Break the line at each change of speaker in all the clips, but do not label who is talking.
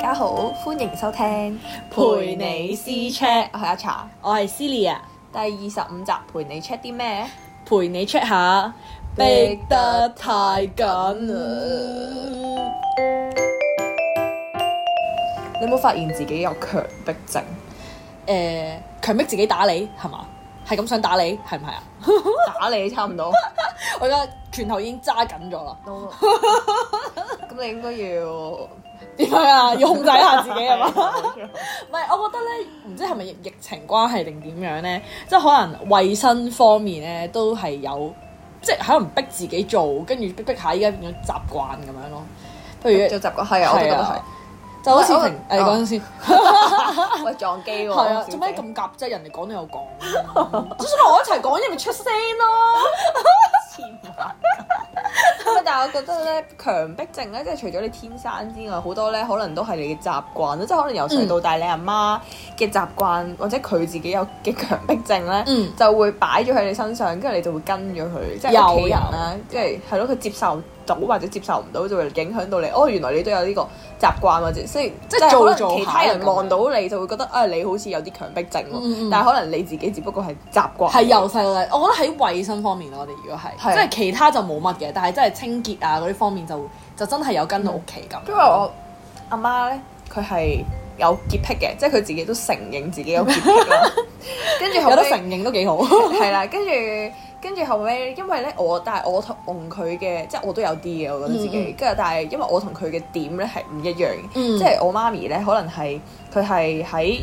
家好，歡迎收聽
陪你私 check
我係阿茶，
我係 Celia，
第二十五集陪你 check 啲咩？
陪你 check 下，
逼
逼
得
得
太
太
緊
緊
啦
啦！
你有冇發現自己有強迫症？
誒、強迫自己打你係嘛？係咁想打你係唔係啊？
打你差唔多，
我而家拳頭已經揸緊咗啦，
咁你應該要
點樣啊？要控制下自己係嘛？
嘛？
唔係，我覺得咧，唔知係咪疫疫情關係定點樣咧，即係可能衞生方面咧都係有，即係可能逼自己做，跟住逼逼下，依家變咗習慣咁樣咯。譬
做
如
習慣係啊，我都覺
係
得
啊就好似
喂我
平，誒你講
哦
陣先。
係。喂，撞機喎！
係啊，
小姐
做咩咁夾啫？人哋講都有講， 就算我一齊講，你咪出聲咯。
咁但係我覺得咧，強迫症咧，即係除咗你天生之外，好多咧可能都係你嘅習慣啦，即係可能由細到大你阿媽嘅習慣，或者佢自己有嘅強迫症咧，
嗯
就會擺咗喺你身上，跟住你就會跟咗佢，即係屋企人啦，即係係咯，佢接受到或者接受唔到，就會影響到你。哦，原來你都有呢個習慣，或者即係
即係做
可能
做
其
下
他人
咁樣
望到你就會覺得啊，你好似有啲強迫症喎，
嗯嗯
但係可能你自己只不過係習慣，
係由細到大，我覺得喺衞生方面啊咯，我哋如果
係
係，即係其他就冇乜嘅，但係真係清潔啊嗰啲方面就就真係有跟到屋企咁。
因為我阿媽咧，佢係有潔癖嘅，即係佢自己都承認自己有潔癖啦。 跟住後
有得承
尾
認都 幾好。
係啦，跟住跟住後尾，因為咧我，但係我同佢嘅，即係我都有啲嘅，我覺得自
嗯
己。跟住、但係因為我同佢嘅點咧係唔一樣嘅，
嗯
即係我媽咪咧可能係佢係喺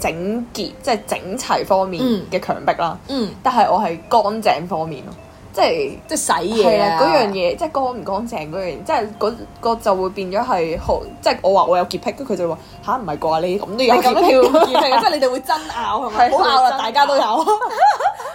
整潔即係整齊方面
嗯
嘅強迫啦，
嗯，
但係我係乾淨方面咯，即係。
即係洗
係
嘢
啦，
啊
嗰樣。嘢即係乾唔乾淨嗰樣嘢，即係嗰個就會變咗係好，即係我話我有潔癖，跟住佢就話吓，唔係啩？你咁都
你
有
咁
潔
跳
癖，
唔見即係你哋會爭拗係咪？
係會
好拗
爭
啦，大 家都有。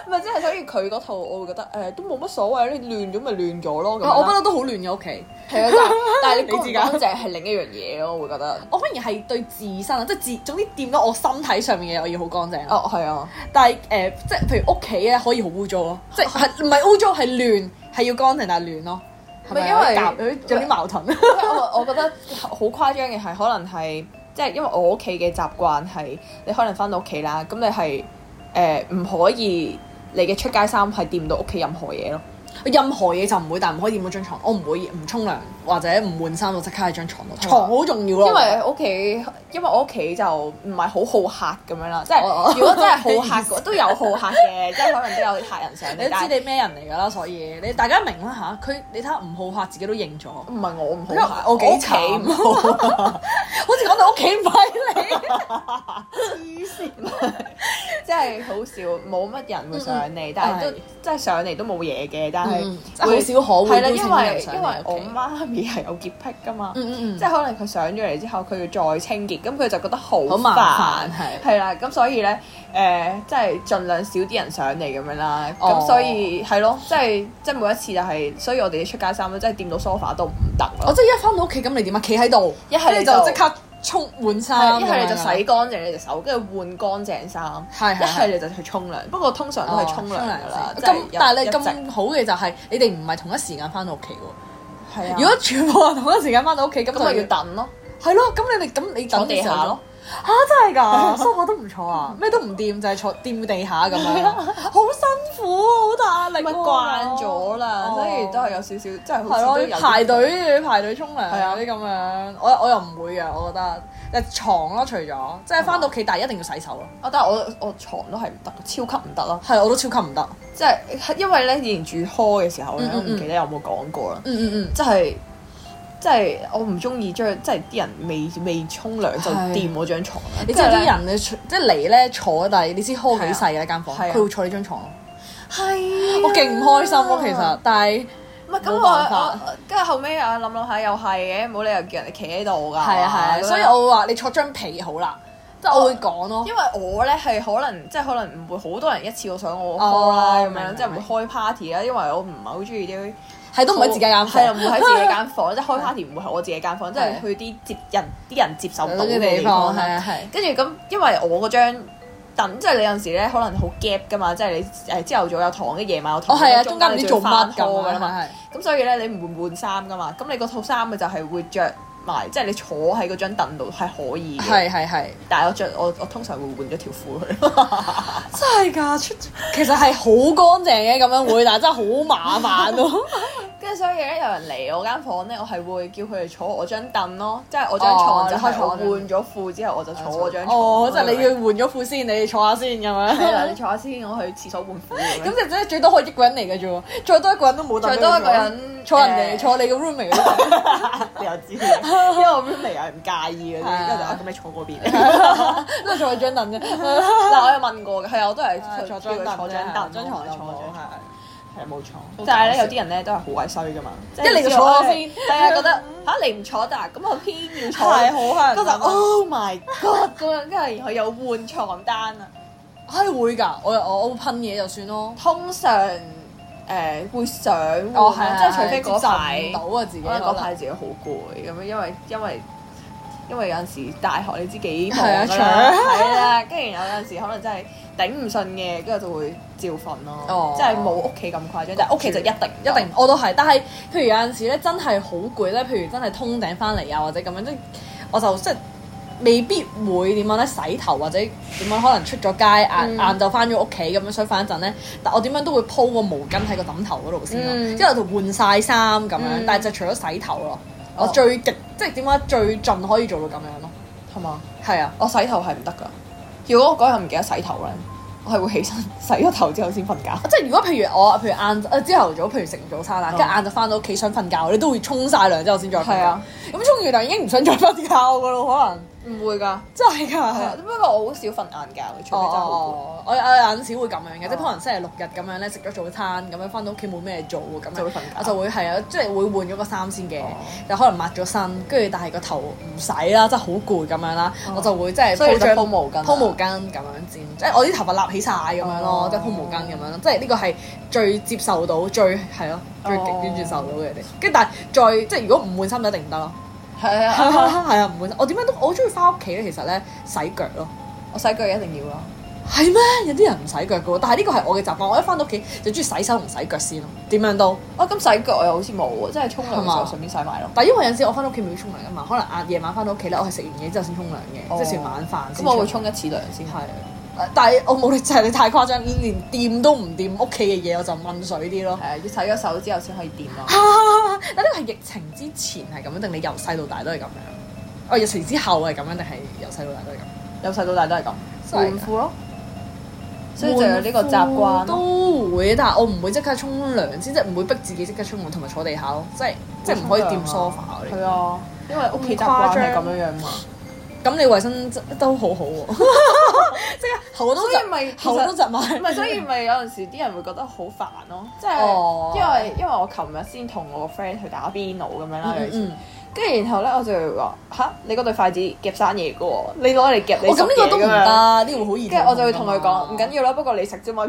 咪即係所以佢嗰套我會覺得誒、都冇乜所謂，你亂咗咪亂咗咯咁樣啦。
啊我不嬲都好亂嘅屋企。
係啊，但 係但係你
你
乾
知
唔乾淨係另一樣嘢咯，我會覺得。
我反而係對自身啊，即係自總之掂到我身體上面嘅嘢，我要好乾淨啦。
哦，係啊，
但係誒、呃即係譬如屋企咧可以好污糟咯，即係係唔係污糟係亂，係要乾淨但係亂咯，係咪
唔係因為
啊有啲有啲矛 盾？
因為我我覺得好誇張嘅係可能係即係因為我屋企嘅習慣係你可能翻到屋企啦，咁你係誒唔可以你嘅出街衫係掂到屋企任何嘢咯。
任何嘢就唔會，但唔可以掂到張床。我唔會唔沖涼或者唔換衫，我即刻喺張床度。
啊
床好重要咯，
因為屋企，因為我屋企就唔係好好客咁樣啦，即
哦
係
哦
如果真係好 客嘅都有好客嘅，即係可能都有客人上嚟，
你都知
但係
你咩人嚟㗎啦，所以你大家明啦吓，佢你睇下唔好客自己都認咗，
唔係我唔
因為
好客，
我幾
屋企
慘
唔
好 似講到屋企唔係你。
即係好少冇乜人會上嚟，但係都
嗯係
即係上嚟都冇嘢嘅，但
嗯
係
真係好少可會
係啦，
邀請
因
啲人
為
上嚟
因為我
屋企
媽咪係有潔癖噶嘛。
嗯嗯嗯，
即係可能佢上咗嚟之後，佢要再清潔，咁佢就覺得好
好麻煩
煩
係
係啦，咁所以咧，誒、即係盡量少啲人上嚟咁樣啦，咁、
哦
所以係咯，即係即係每一次就係、所以我哋出街衫咧，即係掂到 sofa 都唔得
我
咯，
哦即係一翻到屋企咁，你點啊？企喺度，
一係你
跟住
就
就即刻沖換衫，
係一係你就
咁樣
洗乾淨你隻手，跟住換乾淨衫，
係
一
係
係
係
你就去沖涼，不過通常都係沖涼㗎啦
哦，
即係
咁
一
但係你
一直
咁好嘅就係你哋唔係同一時間翻到屋企喎。
係啊，
如果全部人同一時間翻到屋企，咁
咁咪
就
要等咯，
係咯。咁你哋咁你
坐
等
地
嘅時
下咯
候咯。。嚇真 係㗎，梳化都唔坐啊，咩都唔掂，就係坐掂地下咁樣，好辛苦，啊好大壓力
啊咪
喎。
慣咗啦，
哦
所以都係有少少，即係好
係
似
咯，
都有
要
啲
排隊要排隊沖涼
係啊
嗰啲咁樣，我我又唔會嘅，我覺得誒床咯，除咗即係翻到屋企，但係一定要洗手咯。
啊！但係我我床都係唔得，超級唔得咯。
係，我都超級唔得。
即係因為咧，以前住 hall 嘅時候咧，我
嗯嗯嗯
唔記得有冇講過啦。
嗯嗯
即係即係我唔中意將即係啲人未未沖涼就
係
掂我張床啦。
嗯，你知有啲人你坐即係嚟咧坐低，你知開幾細嘅一間房，
係啊
佢會坐呢張床咯。
係
我勁唔開心咯，其實，但係
唔係咁
冇
我
辦法
我跟住後尾啊諗諗下又係嘅，冇理由叫人哋企喺度㗎。
係啊係啊，哦所以我會話你坐張被好啦，即係我會講咯。
因為我咧係可能即係可能唔會好多人一次過上我 hall
哦
啦咁
明
樣，
白
即係唔會開 party 啦，因為我唔係好中意啲。
係都唔喺自己間
係啊，
房
唔。會喺自己間 房，即係開 party 唔會係我自己間房，即係
係
去啲接人啲人接 受到
嗰啲
嘅地
地
方
方係
啦。
啊係，
跟住咁，因為我嗰張凳，即係你有陣時咧可能好 gap 噶嘛，即係你誒朝頭早有堂，跟住夜晚有堂，
哦係
跟
啊，
住
中間唔知做乜咁
你就要返 hall 㗎
樣
啦嘛。
係
咁所以咧你唔換換衫噶嘛，咁你嗰套衫嘅就係會着埋，即係你坐喺嗰張凳度係可以嘅。
係係係，
但係我着我我通常會換咗條褲去。
真係㗎出，其實係好乾淨嘅咁樣會，但係真係好麻煩 咯。
跟住所以咧，有人嚟我間房咧，我係會叫佢哋坐我張凳咯，即係我張床就係我換咗褲之後，我就坐我張床。
哦，即係啊你要換咗褲先，你坐下先咁
係啦，
樣。
你坐下先，我去廁所換褲咁
咁
樣。
就真係最多可以一個人嚟嘅啫喎，再多一個人都冇凳俾
最
佢
多
坐。
一個人
坐人
誒
哋，坐你嘅 roommate 嗰度。
你又知嘅，因為我 roommate 又唔介意嗰
係啊
啲，跟住就啊咁你坐嗰邊。
都係坐張凳啫。
嗱，我有問過嘅，係啊我都係
啊
叫
坐張
佢
凳
坐張
啫
凳，
張床就
坐
冇
張係。係冇錯，就係
好搞
咧
笑
有啲人咧都係好鬼衰噶嘛，即
一嚟就
你知
坐
道
先
係啊覺得吓你唔坐得啊，咁我偏要坐，
係好乞人憎啊
跟住就 Oh my God 咁樣，跟住然後又換床單啊，
唉會㗎，我我我噴嘢就算咯。
通常誒會想換
哦，
啊
係，
即係除非嗰排
接受唔到啊自己
可能嗰
嗰
排自己好攰咁樣，因為因為因為有陣時大學你知幾忙
係啊
㗎 啦，係啦，跟住有陣時可能真係頂唔順嘅，跟住就會照瞓
哦
咯，即係冇屋企咁誇張，但係屋企就一定
一定我都係，但係譬如有陣時咧，真係好攰咧，譬如真係通頂翻嚟啊，或者咁樣，即係我就即係未必會點樣咧洗頭或者點樣，可能出咗街
嗯
晏晏晝翻咗屋企咁樣，想翻一陣咧，但我點樣都會鋪個毛巾喺個枕頭嗰度先咯，
嗯
之後就換晒衫咁樣
嗯，
但係就除咗洗頭咯，我
哦
最極即係點解最盡可以做到咁樣咯，
係嘛？
係啊。
我洗頭係唔得㗎，如果我嗰日唔記得洗頭咧，我係會起身 洗咗頭之後先瞓覺。
即係如果譬如我譬如晏誒朝頭早，譬如食完早餐啦，啊
嗯
跟住晏晝翻到屋企想瞓覺，你都會沖晒涼之後先再瞓覺。
係啊
咁沖完涼已經唔想再瞓覺噶咯，可能
唔會㗎，
真係㗎。
係 啊，不過我好少瞓晏覺嘅，除
哦
非真係好攰。
哦，我有有陣時會咁樣嘅，
哦
即係可能星期六日咁樣咧，食咗早餐咁樣翻到屋企冇咩做咁樣，
就會瞓覺
我就會係啊，即係會換咗個衫先嘅
哦，
就可能抹咗身，跟住但係個頭唔洗啦，真係好攰咁樣啦，我就會即係
哦所以就
張
鋪毛巾啊
鋪毛巾咁樣剪，即係我啲頭髮立起晒咁樣咯
哦，
即係鋪毛巾咁樣咯，即係呢個係最接受到最係咯，最極端
哦
接受到嘅嘢。跟住但係再即係如果唔換衫就一定唔得咯，
係
係
啊，
啊唔換衫，我點樣都我好中意翻屋企咧，其實咧洗腳咯。
我洗腳一定要啦。
係咩？有啲人唔洗腳嘅喎，但係呢個係我嘅習慣。我一翻到屋企就中意洗手同洗腳先咯，點樣都。
啊，咁洗腳我又好似冇喎，即係沖涼嘅時
係嘛
候順便洗埋咯。
但係因為有陣時我翻到屋企未必沖涼嘅嘛，可能晏夜晚翻到屋企咧，我係食完嘢之後先沖涼嘅，
哦
即係食完晚飯先。
咁我會沖一次涼先。
係，但係我冇力就係你太誇張，連掂都唔掂屋企嘅嘢，我就問水啲咯
係。啊，要洗咗手之後先可以掂咯。
但呢個係疫情之前係咁樣，定你由細到大都係咁樣？哦，疫情之後係咁樣，定係由細到大都係咁？
由細到大都係咁，
真係㗎
換褲咯。所以就有呢個習慣咯。
都會，但係我唔會即刻沖涼先，即係唔會逼自己即刻沖涼，同埋坐地下咯，即係即係唔可以掂 sofa 嗰
啊係
啲
啊，因為屋企習慣係咁
咁誇張
樣樣嘛。
咁你衞生都好好喎， 即係喉都
所以
窒，
咪其
喉都
實
窒埋。
唔係，所以咪有陣時啲人會覺得好煩咯。即係
哦
因為因為我琴日先同我個 friend 去打邊爐咁樣啦，有一次
嗯，
跟住然後咧我就會話吓，你嗰對筷子夾生嘢嘅喎，你攞嚟夾你
哦我咁
食
呢個都
嘢
唔
哦咁樣。
得，呢個會好易。
跟住我就會同佢講唔緊
要，
要啦，不過你食啫嘛。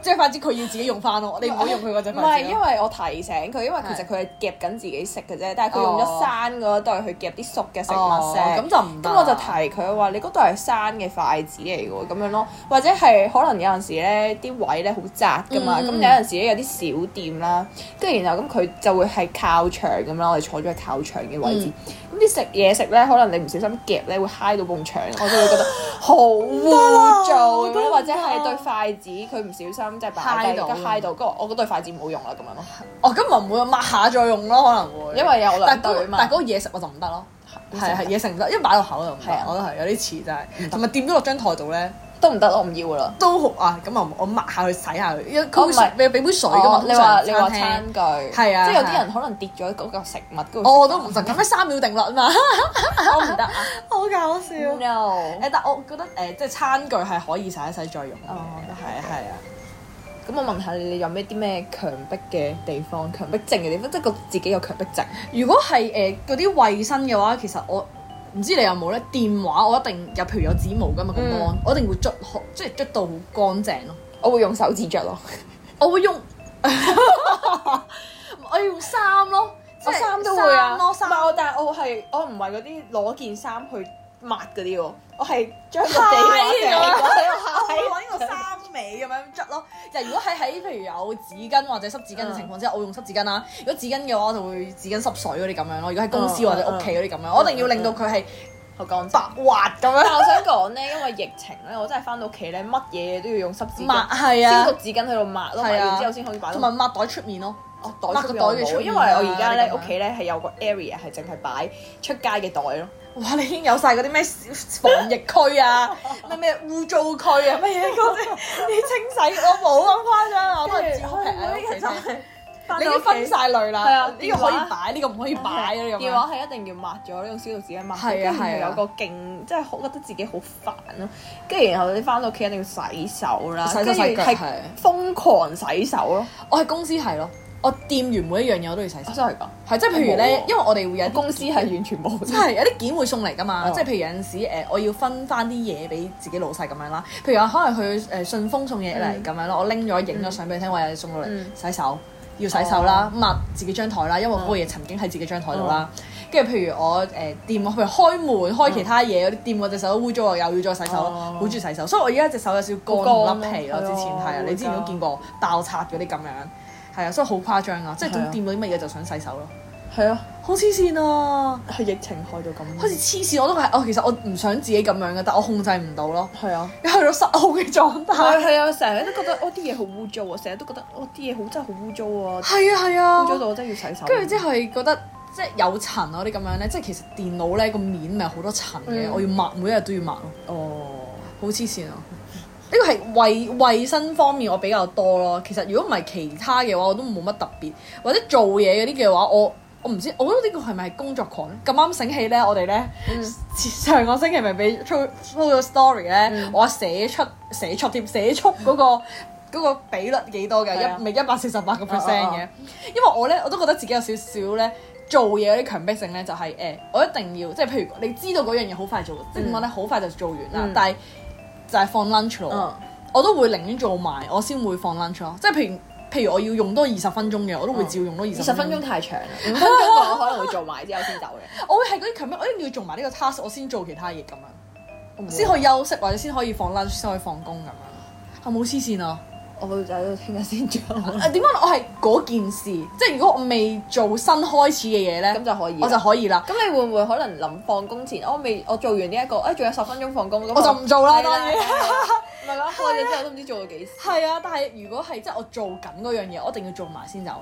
即係筷子佢要自己用翻咯，你唔好用佢嗰隻
唔係
筷子
因
咯。
為我提醒佢，因為其實佢係哦夾緊自己食嘅啫，但係佢用咗生嗰袋去夾啲熟嘅食物食，
哦咁就唔得
咁我就提佢話你嗰袋係生嘅筷子嚟嘅喎，咁樣咯，或者係可能有陣時咧啲位咧好窄噶嘛，
嗯
咁
嗯
有陣時咧有啲小店啦，跟住然後咁佢就會係靠牆咁啦，我哋坐咗喺靠牆嘅位置，
嗯
咁啲食嘢食咧，可能你唔小心夾咧會揩到埲牆，我就會覺 得好污糟咁
都唔
樣，
得啊
或者係對筷子佢唔小心即係擺
揩
低
到啊
跟住揩到，跟住我嗰對筷子唔好用啦咁樣咯。
哦，咁咪唔會抹下再用咯，可能會。
因為有
但
兩
係嗰
對
個
嘛。
但係嗰個嘢食我就唔得咯。係係嘢食唔得，一擺落口就唔
係
得
啊，
我都係有啲似真係，同埋掂咗落張台度咧
都唔得咯，我唔要噶啦。
都好啊，咁啊我抹下佢洗下佢，因為
哦
佢
唔
會
係
俾俾杯水噶嘛，
哦你
話
話你話餐具
係啊
即係哦有
係啊
啲人可能跌咗嗰嚿食物嗰度。
我哦都唔信咁咩三秒定律啊嘛，
我唔得啊
好搞笑誒，
，no。
但我覺得誒即係餐具係可以洗一洗再用嘅，
哦都
係
係
係啊，
咁我問下你，你有咩啲咩強迫嘅地方、強迫症嘅地方，即係個自己有強迫症。
如果係誒嗰啲衞生嘅話，其實我唔知你有冇咧，電話我一定有，譬如有指模噶嘛個
嗯
mon，我一定會捽好，即係捽到好乾淨咯。
我會用手指着咯，
我會用，我用衫咯，即
我
係
衫都會啊。
咯
唔
衫
係我，但係我係我唔係嗰啲攞件衫去抹嗰啲喎，我係將個地攞成個喺度
我攞呢個三尾咁樣捽咯。就如果係喺譬如有紙巾或者濕紙巾嘅情況之下，我會用濕紙巾啦。如果紙巾嘅話，我就會紙巾濕水嗰啲咁樣咯。如果喺公司或者屋企嗰啲咁樣，我一定要令到佢係
好乾
白
淨。
滑咁
但
樣
我想講咧，因為疫情咧，我真係翻到屋企咧，乜嘢都要用濕紙
抹
巾，
係
燒
啊
個，紙巾喺度抹咯，抹
係啊
完之後先可以擺
同
到
埋抹袋出面咯。
哦，袋
抹
出
個
面
袋
我
嘅
冇
出面
因為我而家
啊
咧
咁
屋
樣
企咧係有個 area 係淨係擺出街嘅袋咯。
哇！你已經有晒嗰啲咩防疫 區啊，咩咩污糟區啊，咩嘢嗰啲，你清洗我冇咁誇張啊，我都係照劈
哎
喺屋
跟
企
住
啫。
返
你已
到屋
經
企
分晒類啦，
係啊
呢個可以擺，呢個唔可以擺啊，呢咁
電
樣。
話係一定要抹咗，用消毒紙巾抹咗，
係
跟
啊
住
係啊
有個勁，即係好覺得自己好煩咯。跟住然後你翻到屋企一定要洗手啦，
洗手洗腳
跟住
係
瘋狂洗手咯。
我喺公司係咯，我掂完每一樣嘢我都要洗手
我，真係㗎，
係即係譬如
冇，
咧
喎
因為我哋會有啲
公司係完全冇。
即係有啲件會送嚟㗎嘛，
哦
即係譬如有陣時誒，我要分翻啲嘢俾自己老細咁樣啦。譬如話可能佢誒順豐送嘢嚟咁樣咯，我拎咗影咗相俾佢聽，話有嘢送到嚟
嗯，哦
洗手要洗手啦，抹自己張台啦，因為嗰個嘢曾經喺自己張台度啦。跟住譬如我誒掂，譬如開門開其他嘢嗰啲掂我隻手污糟啊，又要再洗手咯，
哦
好中意洗手。所以我而家隻手有少少乾
好
同
乾
甩皮咯，
咯
之前係啊
係啊，
你之前都見過爆擦嗰啲咁樣，係啊，所以好誇張啊，即係總
係啊
掂到啲乜嘢就想洗手咯，
係啊，
好黐線啊！
係疫情害到咁。
好似黐線，我都係，我哦其實我唔想自己咁樣嘅，但我控制唔到咯，
係啊。
去到失控嘅狀
係
態。
係啊！成日都覺得哦啲嘢好污糟啊！成日都覺得哦啲嘢好真係好污糟啊！
係啊係啊，
污糟到我真係要洗手。
跟住之後係覺得即係有塵啊嗰啲咁樣咧，即係其實電腦咧個面咪好多塵嘅，
嗯
我要抹，每一日都要抹咯，
哦，
好黐線啊！呢個係衞衞生方面我比較多咯，其實如果唔係其他嘅話，我都冇乜特別，或者做嘢嗰啲嘅話，我我唔知，我覺得呢個係咪係工作狂咧？咁啱醒起咧，我哋咧。
嗯
上個星期咪俾 show show 咗 story 咧，
嗯
我寫出寫出添寫出嗰、個嗰個比率幾多嘅
係啊
一咪一百四十八個 percent
啊啊
嘅，因為我咧我都覺得自己有少少咧做嘢嗰啲強迫性咧，就係、誒、我一定要即係譬如你知道嗰樣嘢好快做，即係點講咧好快就做完啦，
嗯
但係就係放 lunch 咯。
嗯
我都會寧願做埋，我先會放 lunch 咯。即係譬如譬如我要用多二十分鐘嘅，我都會照用多哦二
二
十
十
分
分
鐘
鐘。太長啦，五分鐘我可能會做埋之後先走 嘅。
我會係嗰啲強迫，我一定要做埋呢個 task，我先做其他嘢咁樣。
我唔會
先可以休息，或者先可以放 lunch，先可以放工咁樣。係冇黐線啊！
我會就喺度聽日先 做，咁
誒點講呢？啊我係嗰件事，即係如果我未做新開始嘅嘢咧，
就可以啦。
我就可以啦。
咁你會唔會可能臨放工前，我未我做完呢、一個，哎誒仲有十分鐘放工，咁
我就唔做啦
係
當然
唔係講開咗之後都唔知做到幾時。
係啊，但係如果係即係我做緊嗰樣嘢，我一定要做埋先走，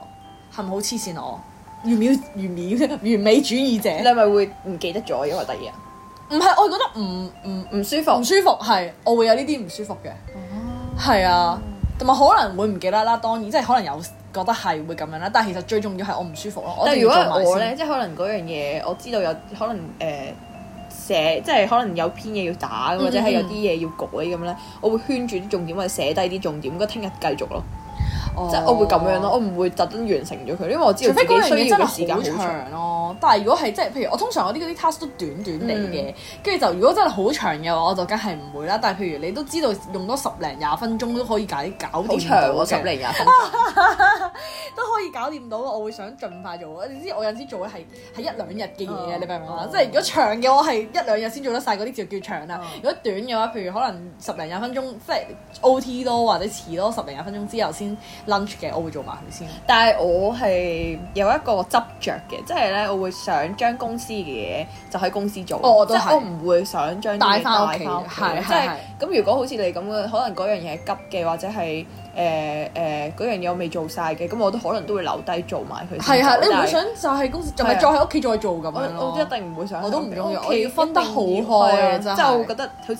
係咪好黐線啊？我完美完美 完美主義者，
你係咪會唔記得咗？因為第二日
唔係我係覺得唔唔
唔舒
唔
服。
舒服，係我會有呢啲唔舒服嘅，
哦
係啊，同埋可能會唔記得啦。當然即係可能有覺得係會咁樣啦，但係其實最重要係我唔舒服咯。
但
係
係如果係我咧，即係可能嗰樣嘢我知道有可能誒、呃、寫，即係可能有篇嘢要打，
嗯
或者係有啲嘢要改咁咧，我會圈住啲重點或者寫低啲重點，咁聽日繼續咯。即係我會咁樣咯，我唔會特登完成咗佢，因為我知道自
哦除非
己
嗰樣
需
嘢
要
真
嘅時
係
間
好
好長。
長咯，但係如果係即係譬如我通常我啲嗰啲 task 都短短地
嗯
嘅，跟住就如果真係好長嘅話，我就梗係唔會啦。但係譬如你都知道用多十零廿分鐘都可以解搞
好
掂
長
到
喎，
嘅
十零廿分鐘。
都可以搞掂到，啊我會想盡快做。你知我有陣時做嘅係係一兩日嘅嘢啊，
哦
你明唔明啊
哦？
即係如果長嘅我係一兩日先做得晒嗰啲就叫長啦
哦。
如果短嘅話，譬如可能十零廿分鐘，即係 OT 多或者遲多十零廿分鐘之後先 lunch 嘅，我會做埋佢先。
但係我係有一個執着嘅，即係咧，我會想將公司嘅嘢就喺公司做，
哦我
即
都係
係我唔會想將啲
帶
嘢
返屋
帶
企
翻屋企
係係
即係咁。如果好似你咁嘅，可能嗰樣嘢係急嘅，或者係誒誒嗰樣嘢我未做晒嘅，咁我都可能都會留低做埋佢先
係
走。
啊，你唔
但
會
係
想就係公司，就咪
係啊
再喺屋企再做咁
我
樣咯。
我一定唔會想喺屋企，
我都唔中意
屋企
我要分得好開啊
一定要
真係
即係我會覺得好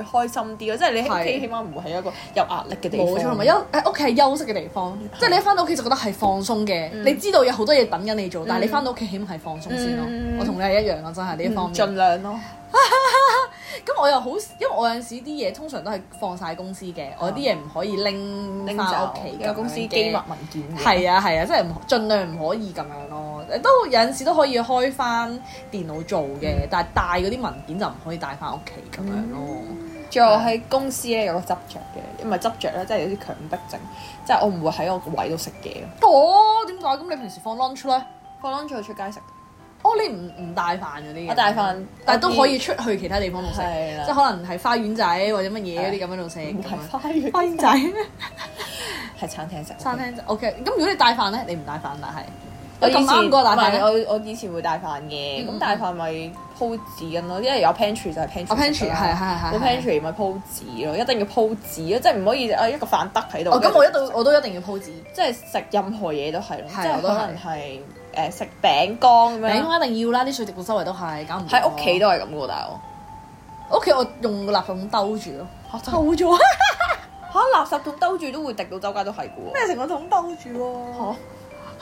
似會開心啲咯。即係你喺屋
係
企起碼唔會係一個有壓力嘅地方。
冇錯，同埋休喺屋企係休息嘅地方，即係你一翻到屋企就覺得係放鬆嘅。
嗯
你知道有好多嘢等緊你做，但係你
嗯
翻到屋企起碼係放鬆先咯
嗯。
我同你係一樣咯，真係呢一方
嗯
面。
盡量咯，
咁我又好，因為我有陣時啲嘢通常都係放晒公司嘅，我啲嘢唔可以拎
啊拎
翻
走
屋企
因為公司機密文件嘅。
係啊係啊，即係唔盡量唔可以咁樣咯。都有陣時都可以開翻電腦做嘅，但係帶嗰啲文件就唔可以帶翻屋企咁樣咯。
仲有喺公司咧有個執着嘅，唔係執着咧，即係有啲強迫症，即係我唔會喺我個位度食嘢咯。
哦，點解？咁你平時放 lunch 咧？
放 lunch 我出街食，
哦，哦，你唔唔帶飯嗰啲嘅，
我帶飯
但係都可以出去其他地方度食，
係啦
即係可能係花園仔或者乜嘢嗰啲咁樣度食
唔
咁
係
樣。
花園，
花園仔
係餐廳食。
餐廳仔 OK，咁如果你帶飯咧，你唔帶飯
我
但係我
以前
咁啱嗰個帶飯
唔
咧，
係我我以前會帶飯嘅，
嗯
咁
嗯
帶飯咪鋪紙咁咯，因為有 pantry 就係 pantry
我哦 pantry
食㗎
係係啊
啦。
係
冇
係
啊 pantry 咪鋪紙咯，一定要鋪紙咯，即係唔可以啊一個飯得喺度。
哦，咁我一到我都一定要鋪紙，
即係食任何嘢都係咯，
係
即係
我都
可
係
能係誒食餅乾咁
餅
樣，
我一定要啦，啲水滴到周圍都係，搞唔掂
啊喺屋企
咯
都係咁嘅喎，但係我。
屋企我用個垃圾桶兜住咯，
嚇真係
兜咗
嚇垃圾桶兜住都會滴到周街都係嘅喎。
成個桶兜住喎，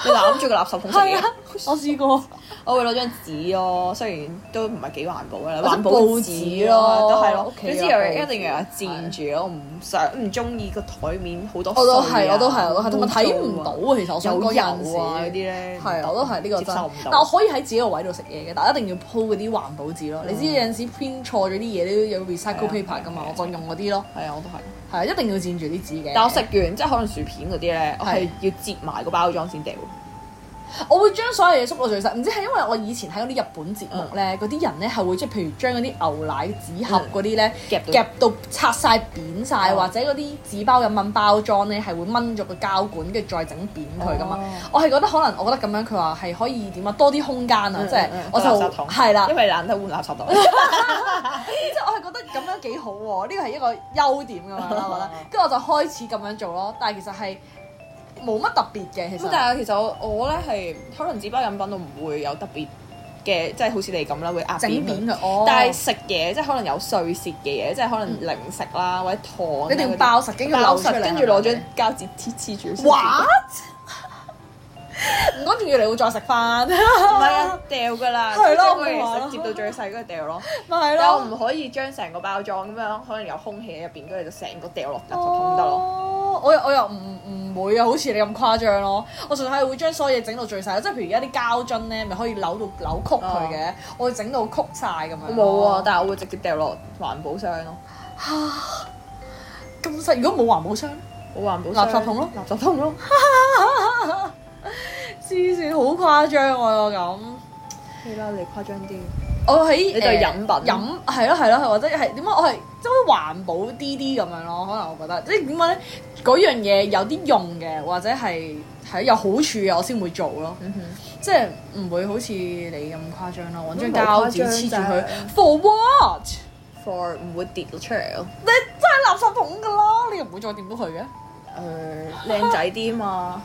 你攬住個垃圾桶食
係
嘢
啊，，我試過。
我會攞張紙咯，雖然都唔係幾環保啦，
或者
環保
報
紙
紙
咯，
咯
都係咯
屋。企
你
有
知有
報
一定有人
紙
佔住咯，我唔想唔中意個台面好多
我都
碎
係，
啊
我都係，我都係，同埋睇唔到
污
啊！其實我
糟啊
想
有
講
油
有
啊嗰啲
陣時。
咧，
係啊，我都係呢個
接
真
受唔。
但我
到。啊
可以喺自己個位度食嘢嘅，但係一定要鋪嗰啲環保紙咯。你知有陣時編錯咗啲嘢都有 recycle
嗯係啊
paper 噶嘛，我就用嗰啲咯。
係啊，我都係。
係啊，一定要佔住啲紙嘅。
但我食完即係可能薯片嗰啲咧，我係
係
要折埋個包裝先掉。
我會將所有嘢縮到最細，唔知係因為我以前睇嗰啲日本節目
嗯
咧，嗰啲人咧係會即係譬如將嗰啲牛奶紙盒嗰啲咧
夾到
夾到拆晒扁晒，
嗯哦
或者嗰啲紙包飲品包裝咧係會掹咗個膠管，跟住再整扁佢噶嘛
哦。
我係覺得可能我覺得咁樣佢話係可以點啊，多啲空間啊，即係我就
個嗯垃圾桶
係啦
因，為懶得換垃圾袋。
即係我係覺得咁樣幾好喎，呢個係一個優點咁樣啦，我覺得。 跟住我就開始咁樣做咯，但係其實係冇乜特別嘅，其
咁
實。
但係其實我我咧係可能紙包飲品我唔會有特別嘅，即係好似你咁啦，會壓
整扁
佢。
佢，哦！
但係食嘢即係可能有碎屑嘅嘢，即係可能零食啦或者糖啊嗰啲，
嗯你一定要爆實跟住
爆
漏出
實，
嚟
跟住攞張膠紙黐黐住先食。
what？唔該，仲要你會再食 翻，
唔係啊，掉㗎啦，
係咯
即係
我話
將佢
咯
其實接到最細嗰個掉咯。
咪係
但我
咯
唔。可以將成個包裝咁樣，可能有空氣喺入邊，跟住就成個掉落垃圾桶得咯。
哦，我又我又唔唔會啊，好似你咁誇張咯。我純粹係會將所有嘢整到最細，即係譬如而家啲膠樽咧，咪可以扭到扭曲佢嘅，我會整到曲晒咁樣。
哦我冇啊，但係我會直接掉落環保箱咯，
咁細，如果冇環保箱，
冇環保箱
垃圾桶咯，
垃圾桶咯。
黐線好誇張喎我咁。
係啦，你誇張啲。
我喺
你對
誒
飲品
飲係咯係咯，或者係點解我係即係好環保啲啲咁樣咯？可能我覺得即係點講咧，嗰樣嘢有啲用嘅，或者係係有好處嘅，我先會做咯。
嗯哼。
即係唔會好似你咁誇張咯，揾張
咁冇
膠
誇
紙
張
黐住
就係
佢。For what？
for 唔會跌咗出嚟咯。
你真係垃圾桶㗎啦，你又唔會再掂到佢嘅。
誒靚仔啲啊嘛，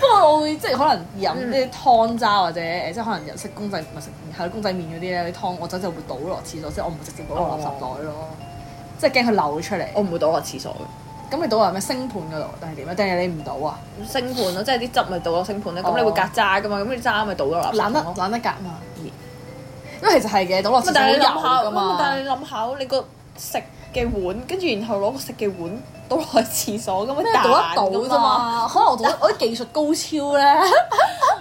不過我會即係可能飲
嗯
啲湯渣或者誒，即係可能食公仔唔係食係公仔麵嗰啲咧，啲湯我真就會倒落廁所，即係我唔會直接倒落垃圾袋
哦
咯，即係驚佢漏出嚟。
我唔會倒落廁所嘅。
咁你倒落咩星盤嗰度定係點啊？定係你唔倒啊？
星盤咯，即係啲汁咪倒落星盤咧，咁、
哦
你會隔渣噶嘛，咁啲渣咪倒咗落垃圾
懶得
桶咯。
懶得夾嘛，因為其實係嘅，倒落
咁
廁所
但係
有
你
啊
諗下，
噶
咁但係
嘛。
你諗下，你個食嘅碗，跟住然後攞個食嘅碗倒落去廁所咁
咩
樣
倒一倒啫嘛？可能 我倒我啲技術高超咧，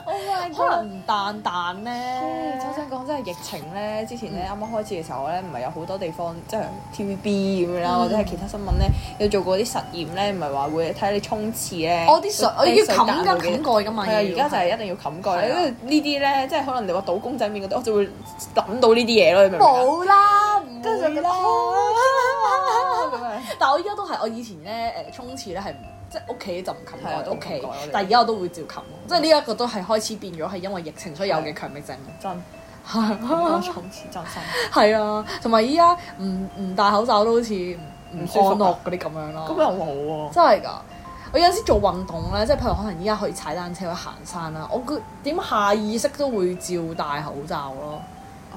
Oh my
可能唔彈彈嗯咧。
我想哦講，真係疫情咧，之前咧啱啱開始嘅時候咧，唔係有好多地方即係 TVB 咁樣啦，
嗯
或者係其他新聞咧，有做過啲實驗咧，唔係話會睇你沖廁咧，
哦我啲水我要
水
冚
彈到
㗎
幾
冚蓋㗎嘛。
係啊，而家就
係。
係一定要冚蓋，
係
因
啊
為呢啲咧，即係可能你話倒公仔麵嗰啲，我就會諗到呢啲嘢咯，你明唔明啊？
冇啦，唔
跟住就
會
覺得啊
啦。
咁樣
但我依家都係，我以前咧誒沖廁咧係唔即係屋企就唔冚
係啊
蓋，屋企
都唔冚蓋，
但係而家我都會照冚，即係呢一個都係開始變咗係因為疫情所以有嘅強迫症。
真
係
講從此真心，
係啊，同埋依家唔唔戴口罩都好似唔唔
唔
安
舒服啊
樂嗰啲咁樣咯。
咁啊又冇喎。
真係㗎！我有陣時做運動咧，即係譬如可能依家去踩單車去行山啦，我個點下意識都會照戴口罩咯。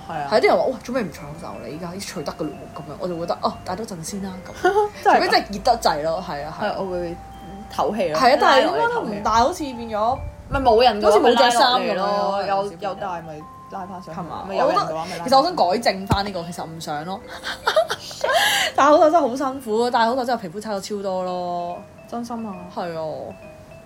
係啊，
係有啲人話：哇，做咩唔除口罩你依家除得㗎嘞喎咁樣，我就覺得哦，戴多陣先啦咁。除
真 係啊
非
㗎
真係熱得滯咯，係啊係
係
啊。
我會唞氣咯。
係啊，但係
拉
點
落
解
嚟唞
都
氣
唔戴，好似變咗
咪冇人嘅話
好似冇
咪
着衫咁樣
拉落嚟咯，
有
有
時
有帶咪拉翻上去，
係嘛？
咪有
我
人
覺
嘅話咪拉
得
返上去。
其實我想改正翻呢個，其實唔想咯。 戴口罩真係好辛苦，戴口罩真係皮膚差咗超多咯。
真心啊，
係啊，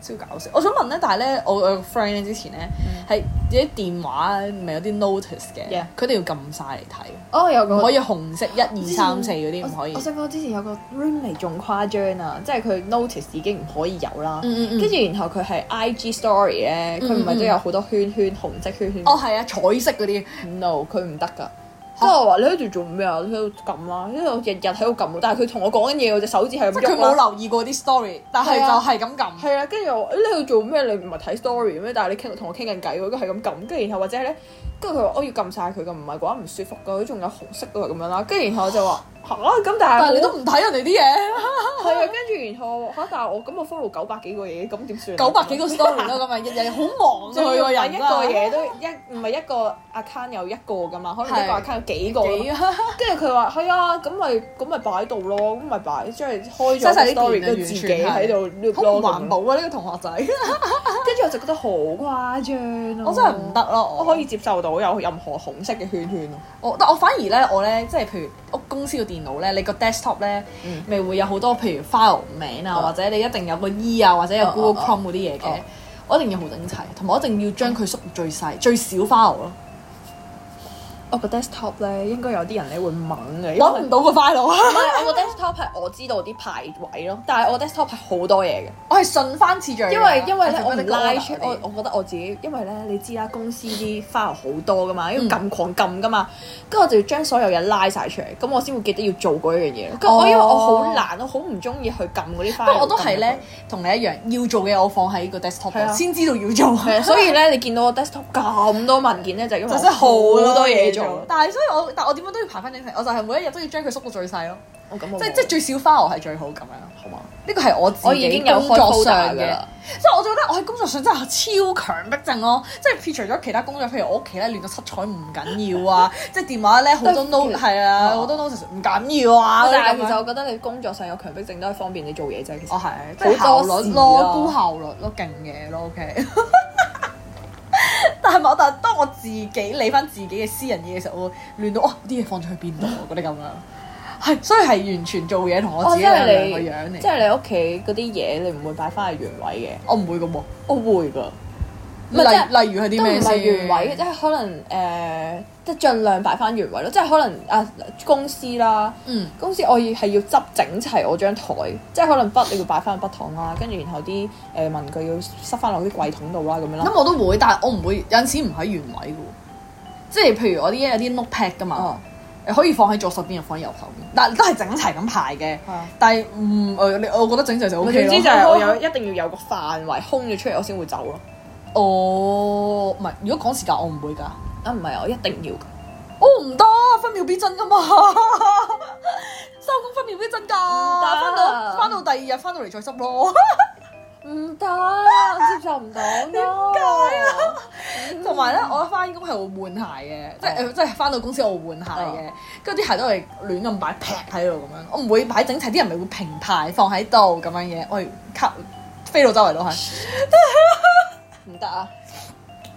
超搞笑。我想問咧，但係咧，我我有個 friend 咧之前咧係啲電話咪有啲 notice 嘅
嗯 Yeah，
佢哋要撳晒嚟睇，
哦，有
唔
個
可以紅色一二三四嗰啲唔可以
我。想講之前有個 roommate 仲誇張啊，即係佢 notice 已經唔可以有啦。
嗯嗯嗯
跟住然後佢係 IG story 咧，佢唔係都有好多圈圈紅色圈圈。
哦，係啊，彩色嗰啲，
no，佢唔得噶。即係我話你喺度做咩啊？你喺度撳啦，因為我日日喺度撳，但係佢同我講緊嘢，我隻手指係
即
咁
係佢
喐
冇
啦。
留意過啲 story，但係
係啊
就係咁撳。
係啊，跟住我欸你喺度做咩？你唔係睇 story 咩？但係你傾同我傾緊偈喎，跟住係咁撳，跟住然後或者咧，跟住佢話哦我要撳晒佢㗎，唔係嘅話唔舒服㗎，佢仲有紅色㗎咁樣啦。跟住然後我就話吓咁，但
但
係
係你
我
都唔睇人哋啲嘢。
係啊，跟住然後嚇，但係我咁我 follow 九百幾個嘢，咁點算啊？
九百幾個 story 咯，咁啊，日日好忙佢
仲要
個
揾
人
一
真
個
係
嘢都一唔係一個 account 有一個噶嘛，可能一個
係
account 有幾個㗎嘛。
幾啊，
跟住佢話係啊，咁咪咁咪擺喺度咯，咁咪擺即係開咗
嘥晒啲
個 story，
電啊
跟住自己
完
喺
全係
度 loop
好唔
咯
環
咁樣
保啊！呢個同學仔，
跟住我就覺得好誇張咯，
我真係唔，得咯，
我可以接受到有任何紅色嘅圈圈咯。
我但我反而咧，我咧即係譬如屋公司個電腦咧，你個 desktop 咧
嗯，
咪會有好多譬如 file 名啊，
嗯
或者你一定有個 E 啊，或者有
嗯嗯
Google Chrome 嗰啲
嗯
嘢嘅，我一定要好整齊，同埋我一定要將佢縮到最細、最少 file 咯，
我哦個 desktop 咧應該有啲人咧會掹嘅，因為
揾唔到個 file 啊！
唔係我個 desktop 係我知道啲排位咯，但係我 desktop 係好多嘢嘅。
我係啊順翻次序㗎，
因為因為咧，
係
我唔拉出
order 嗰啲
我，我覺得我自己，因為咧，你知啦，公司啲 file 好多噶
嗯
嘛，因為撳狂撳噶嘛，跟住我就要將所有嘢拉晒出嚟，咁我先會記得要做嗰樣嘢咯。跟住我因為我好懶，我好唔中意去撳嗰啲 file。
哦不過我都係咧，同你一樣，要做嘅嘢我放喺個
係
desktop
啊
度，先知道要做。
係 啊，所以咧，你見到我 desktop 咁多文件咧，就係因為
就
我
真係好多
多
嘢
嘢
做
做。。
但係所以我，但我點樣都要排翻整齊。我就係每一日都要將佢縮到最細咯，
我咁我
即係
冇
即係最少 file 係最好咁樣。
好嘛，
呢個係哦我自
我已
己
經有
工
開
作
folder
上
㗎
嘅
啦，。
即係我覺得我喺工作上真係超強迫症咯。即係撇除咗其他工作，譬如我屋企咧亂到七彩唔緊要啊，即係電話咧好多
但
note
其實
係啊，好多 note 唔緊要啊。
但係其實
就
我覺得你工作上有強迫症都係方便你做嘢啫。其實
我哦係啊即係效
好多
率
事
咯，
啊
高效率咯，勁嘢咯，OK。但係我但係當我自己理翻自己嘅私人嘢嘅時候，我會亂到哦啲嘢放咗去邊度啊嗰啲咁樣，係所以係完全做嘢同我
哦，
自
即
己兩
係
兩個
你
樣嚟，
即係你屋企嗰啲嘢，你唔會擺翻去原位嘅。
我唔會咁喎。
我會㗎。唔係即係
例例如係啲
都
咩
唔係
先？
原位嘅，即係可能誒、呃即係盡量擺翻原位咯。即係可能啊，公司啦，
嗯
公司我要係要執整齊我張台，即係可能筆你要擺翻去筆筒啦，跟住然後啲誒、呃文具要塞翻落啲櫃桶度啦，咁樣啦。
咁我都會，但係我唔會有陣時唔喺原位嘅喎，即係譬如我啲有啲 notepad
哦
噶嘛，誒可以放喺左手邊又放喺右手邊，但係都係整齊咁排嘅。
係啊
但係唔誒，你我覺得整齊就
總之
O K 咯。
就係我有一定要有個範圍空咗出嚟，我先會走咯。
哦，唔係，如果趕時間我唔會㗎，
啊，唔係，我一定要㗎。
我唔得，啊分秒必爭㗎嘛， 收工分秒必爭㗎，
啊
翻到翻到第二日翻到嚟再執咯，
唔得，啊我接受唔 到咯。點解啊？
同埋
嗯
咧我翻工係會換鞋嘅，即
哦
係即係翻到公司我會換鞋嘅，跟住啲鞋都係亂咁擺劈喺度咁樣，我唔會擺整齊，啲人咪會平排放喺度咁樣嘢，我係卡飛到周圍都係，
唔得啊！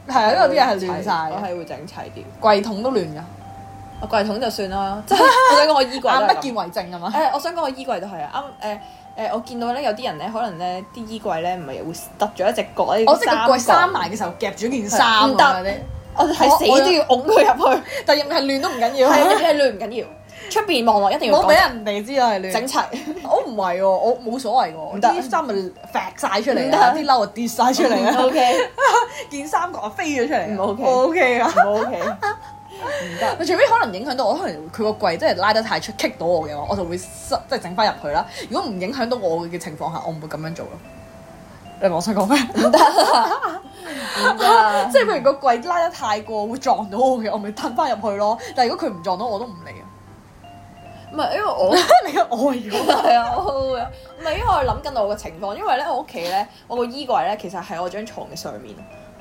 係啊，因為啲嘢係亂晒
我
嘅，
係會整齊啲。
櫃桶都亂㗎，
我櫃桶就算啦，即係我想講我衣櫃都
眼
係
不
咁
見為淨啊嘛
誒、。我想講我衣櫃都係啊，啱誒誒，我見到咧有啲人咧，可能咧啲衣櫃咧唔係會突咗一隻角咧，
哦我即係個櫃閂
三
埋嘅時候夾住件衫
唔得
咁啲，
我係死都要拱佢入去，
但入面係亂都唔緊要，
係入啊邊係亂唔緊要，出邊望落一定要
我俾啊
講
人哋知道係
整
亂。
齊，
我唔係喎，我冇所謂喎，
唔得
啲衫咪揈晒出嚟
唔
啊，
得嗯
啲褸啊跌晒 出嚟 啊，
O K
件衫角啊飛咗出嚟啊，
唔 OK
O K 啊。
O K，唔得，
除非可能影響到我，可能佢個櫃真係拉得太出，棘到我嘅話，我就會塞即係整翻入去啦。如果唔影響到我嘅情況下，我唔會咁樣做咯。你明我想講咩？
唔得，
即係譬如個櫃拉得太過，會撞到我嘅，我咪褪翻入去咯。但係如果佢唔撞到我，都唔理啊。
唔係因為我。
你嘅我如果
係啊，我會啊唔係因為我諗緊我個情況，因為咧我屋企咧，我個衣櫃咧其實係我張床嘅上面，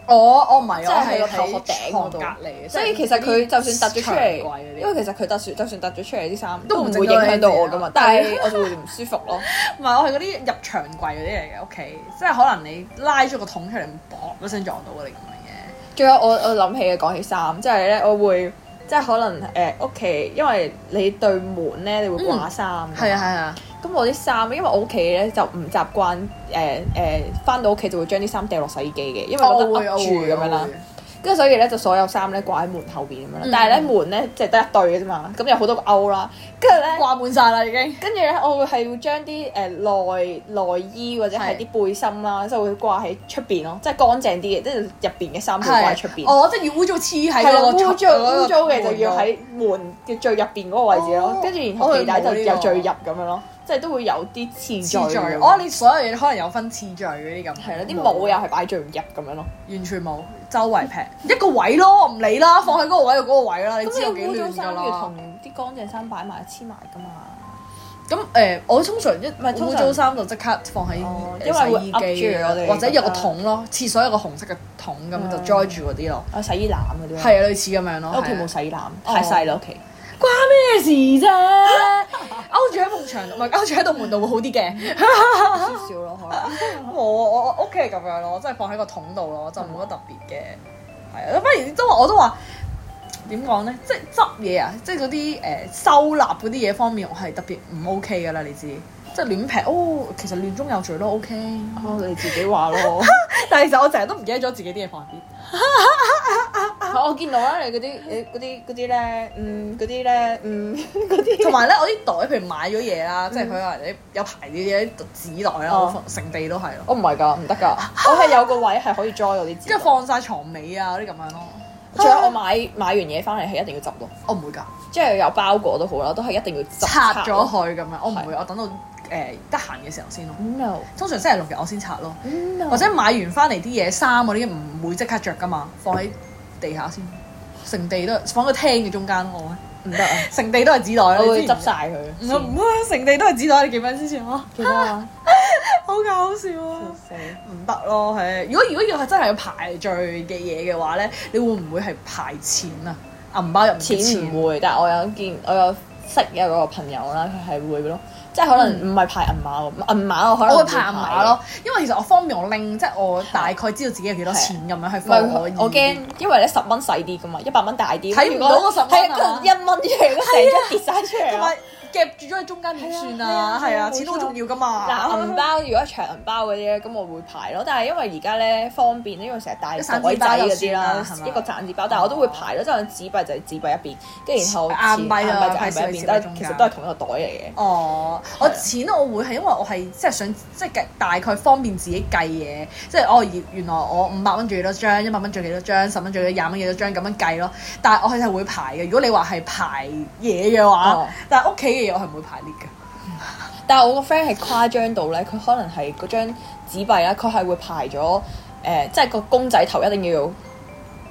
我我唔係，
即
我
係喺
係
個頭殼
喺
頂
床
嗰度
隔離，
所以其實佢就算突咗出嚟，因
因為
為其實佢突算就算突咗出嚟啲衫
都
都
唔
唔
整
會
到
影響到
你
我
自己
噶
啊
嘛，但係我就會唔舒服咯。
唔係我係嗰啲入牆櫃嗰啲嚟嘅屋企，即係可能你拉咗個桶出嚟，砰一聲撞到我哋咁樣
仲有我我諗起嘅講起衫，即係咧我會即係可能誒屋企，因為你對門咧你會掛衫㗎嘛，
嗯嘅。係啊係啊，
咁我啲衫，因為我屋企咧就唔習慣誒誒，翻、到屋企就會將啲衫掉落洗衣機嘅，因為覺得
哦我會
噏住咁樣啦。，跟住所以咧就所有衫咧掛喺門後邊咁樣啦
嗯，
但係咧門咧即係得一對嘅啫嘛，咁有好多個勾啦，跟住咧。
掛滿晒啦已經。
跟住咧，我會係會將啲誒內內衣或者係啲背心啦，即係會掛喺出邊咯，即係乾淨啲嘅，即係入邊嘅衫會掛喺出邊。
哦，即係要污糟黐喺
係啦，啊
個
污糟
嗰個
污糟嘅就要
門度
喺門啊嘅最入邊嗰個位置咯
哦，
跟住然後皮帶就
我哋冇呢個
由最入咁樣咯，即係都會有啲次序
次序。
咁樣。
哦，你所有嘢可能有分次序嗰啲咁。
係啦，啲啊帽又係擺最唔入咁樣咯。
完全冇，周圍劈一個位咯，唔理啦，放喺嗰個位就嗰個位啦，你知
啊咁
道
你
幾
污糟
亂㗎
衫要
啦
同。啲乾淨衫擺埋黐埋㗎嘛？
咁誒、呃我通常一唔
係通常
污糟衫就即刻放喺
哦
呃
因為會
洗衣
噏住我
機，啊
哋
或者有個
覺得
桶咯，廁所有個紅色嘅桶咁
嗯
就載住嗰啲咯，
啊，洗衣籃嗰啲咯。
係啊，類似咁樣咯。
我屋企
係啊
冇洗衣籃，太細啦屋企。
關咩 事啫？啊勾住喺埲牆度，唔係勾住喺度門度會好啲嘅。
少少咯，可能。
我我我屋企係咁樣咯，即係放喺個桶度咯，就冇乜特別嘅。係啊，不如都話我都話點講咧？即係執嘢啊，即係嗰啲誒收納嗰啲嘢方面，我係特別唔 OK 噶啦，你知。即係亂劈哦，其實亂中有序 咯，OK。
哦，你自己話咯。
但係其實我成日都唔記得咗自己啲嘢放喺邊。
我見到啦，你嗰啲你嗰啲嗰啲咧，嗯，嗰啲咧，嗯， 嗰啲。
同埋咧，我啲袋譬如買咗嘢啦，即係佢話你有排啲嘢紙袋啦，
哦
我放成地都係咯，
我唔係㗎，唔得㗎。我係有個位係可以 join 嗰啲紙。
跟住放晒床尾啊嗰啲咁樣咯。
仲有我買買完嘢翻嚟係一定要執咯，
我唔會㗎，
即係有包裹都好啦，都係一定要執
拆咗
咯。
佢咁樣，我唔會，我等到誒得閒嘅時候先咯。
No，
通常星期六日我先拆咯，
no
或者買完翻嚟啲嘢衫嗰啲唔會即刻着噶嘛，放喺地下先，成地都放喺個廳嘅中間咯，我會
唔得啊，
成地都係紙袋啦，
我
你
會
知唔
執
知。
晒佢
唔
先。
唔啊！成地都係紙袋，你記唔記得之前啊？
記得啊，
好搞笑啊！唔得咯，係。如果如果要係真係要排序嘅嘢嘅話咧，你會唔會係排錢啊？銀包入面嘅
錢唔會，但係我有見我有識有個朋友啦，佢係會咯，即係可能唔係排銀碼喎，銀碼我可能
嗯我
會
會排銀碼咯，因為其實我方便我拎，即係我大概知道自己有幾多錢咁樣去
唔
放可以
係，我驚，因為咧十蚊細啲噶嘛，一百蚊大啲，
睇唔到個10蚊
係啊
啊
佢一蚊出嚟，佢成張跌晒出嚟啊
同
咯
埋。夾住咗喺中間點算啊？
係啊係啊
係
冇
啊，
錯
錢都好重要噶嘛。嗯
嗱，銀包如果長銀包嗰啲咧，咁我會排咯。但係因為而家咧方便，因為成日帶袋仔嗰啲啦
散紙包就算啦係，嘛
一個散紙包，但係我都會排咯，即係紙幣就係紙幣一邊，跟住然後
硬
錢
幣啊費
硬
事
幣就硬幣一邊，
你
但
錢
係
喺
其實
中間
都係同一個袋嚟嘅。
哦，我錢我會係因為我係即係想即係計大概方便自己計嘢，即係哦原原來我五百蚊做幾多張，一百蚊做幾多張，十蚊做幾多，廿蚊幾多張咁樣計咯。但係我係會排嘅。如果你話係排嘢嘅話，
哦
但係屋企嘅嘢我係唔會排列嘅。
但係我個 friend 係誇張到咧，佢可能係嗰張紙幣啊啦，佢係會排咗誒，即係個公仔頭一定要，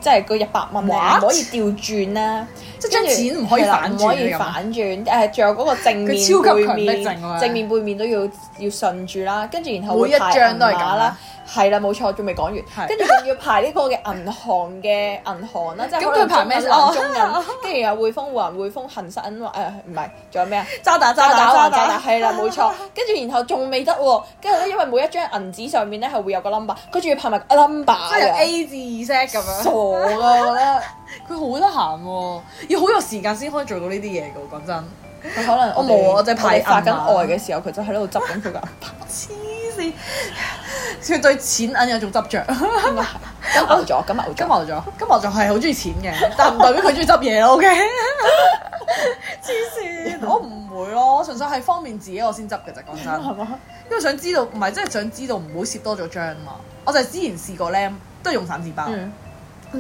即係嗰一百蚊咧唔
What？
可以調轉啦。
即係張錢唔可以
係啦
反
唔可以
轉啊！
反轉。誒，仲有嗰個正面、
佢超級強
背
迫症啊
面、正面、背面都要要順住啦，跟住然後會
每一
排
張都係咁啊
銀碼啦。係啦，冇錯，仲未講
係
完，跟住仲要排呢個嘅銀行嘅銀行啦，即係
咁
可能
佢排咩
中銀啦
哦
中銀，跟住又匯豐、華匯豐、恒生誒唔係，仲有咩啊？
渣打
渣
渣
打
打哦
還渣打，係 啦，冇錯。跟住然後仲未得喎，跟住咧，因為每一張銀紙上面咧係會有個 number，佢仲要排埋個 number
即係啊
嘅
由 A 至 Z 咁樣。
傻噶，我覺 得
佢好得閒喎，要好有時間先可以做到呢啲嘢嘅喎。講真，
佢可能
我冇啊我就係排
我哋發緊
銀碼
外嘅時候，佢就喺度執緊佢個銀包。
黐線，佢對錢銀有種執着。
應該係金牛座，金牛
金
座。
牛座，金牛座係好中意錢嘅， 但唔代表佢中意執嘢咯。OK，黐 線，我唔會咯，純粹係方便自己我先執嘅啫。講 真，
係嘛？
因為想知道，唔係真係想知道，唔好攝多咗張嘛。我就係之前試過咧，都係用散紙包。
嗯，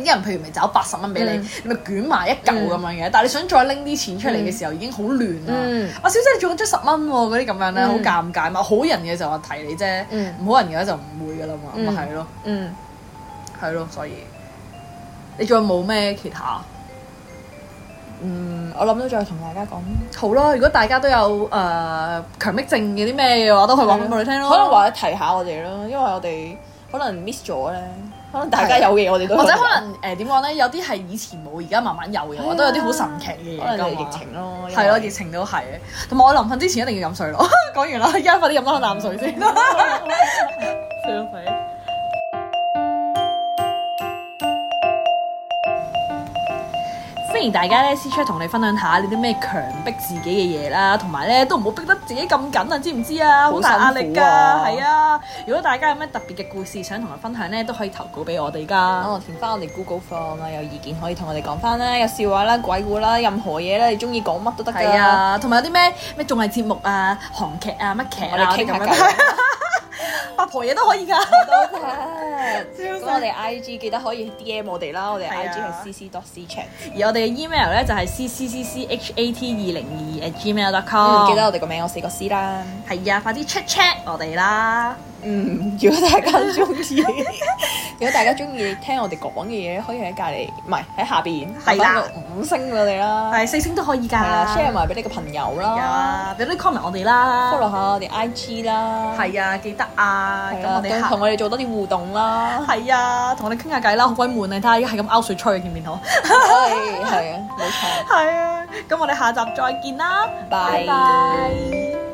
啲人譬如咪找八十蚊俾你
嗯，
你咪捲埋一嚿咁樣嘅，但係你想再拎啲錢出嚟嘅時候已經好亂啦。
嗯
啊，小姐你仲有張十蚊喎，嗰啲咁樣咧
嗯
好尷尬嘛。好人嘅就話提你啫，
嗯
唔好人嘅就唔會噶啦嘛，
嗯
咪係咯，
嗯，
係咯，所以你仲有冇咩其他？
嗯，我諗到再同大家講，
好啦，如果大家都有誒、呃、強迫症嘅啲咩嘅話，都可以話翻俾我哋聽咯。
嗯可能或者提下我哋咯，因為我哋可能 miss 咗咧，可能大家有嘢我哋都
或者可能誒點講咧，有啲係以前冇，而家慢慢有嘅，我都有啲好神奇嘅嘢
啊可能
㗎
係
嘛
疫情咯，
係咯，疫情都係。同埋我臨瞓之前一定要飲水咯。 講完啦，而家快啲飲多啖 水先。笑死！非歡迎大家咧私 chat 同你分享下你啲咩強迫自己嘅嘢啦，同埋咧都唔好逼得自己咁緊啊，知唔知啊？好大壓
好辛
力㗎，
苦啊
係啊！如果大家有咩特別嘅故事想同我分享咧，都可以投稿俾我哋
咁
㗎。
啊我填翻我哋 Google Form 啦，有意見可以同我哋講翻啦，有笑話啦、鬼故啦、任何嘢啦，你中意講乜都得㗎。
係，啊，同埋有啲咩咩綜藝節目啊、韓劇啊、乜劇
我哋
啊
傾下
咁
偈
樣，八婆嘢都可以㗎。
都得。
死
咁我哋 I G 記得可以 D M 我哋啦，我哋
係啊
I G 係 C C dot C chat。
而我哋嘅 email 咧就係 c c c c h a t e 二零二 at gmail dot
嗯，
com。
記得我哋個名有四個 C 啦。
係啊，快啲 check check 我哋啦。
嗯， 如果大家中意， 如果大家中意聽我哋講嘅嘢，可以喺隔離，唔係喺下邊，
係啦
留翻個五星我哋啦，
係四星都可以㗎。
係啦，share 埋俾你個朋友
係
啦
啊，俾啲 comment 我哋啦。
，follow 下我哋 IG 啦，
係啊，記得啊。
係
咁
啦，
我哋
咁同
下
我哋做多啲互動啦，
係啊，同我哋傾下偈啦，好鬼悶啊！睇下而家係咁勾水吹，見唔見到？
係係啊，冇錯。
係啊，咁我哋下集再見啦，
拜
拜拜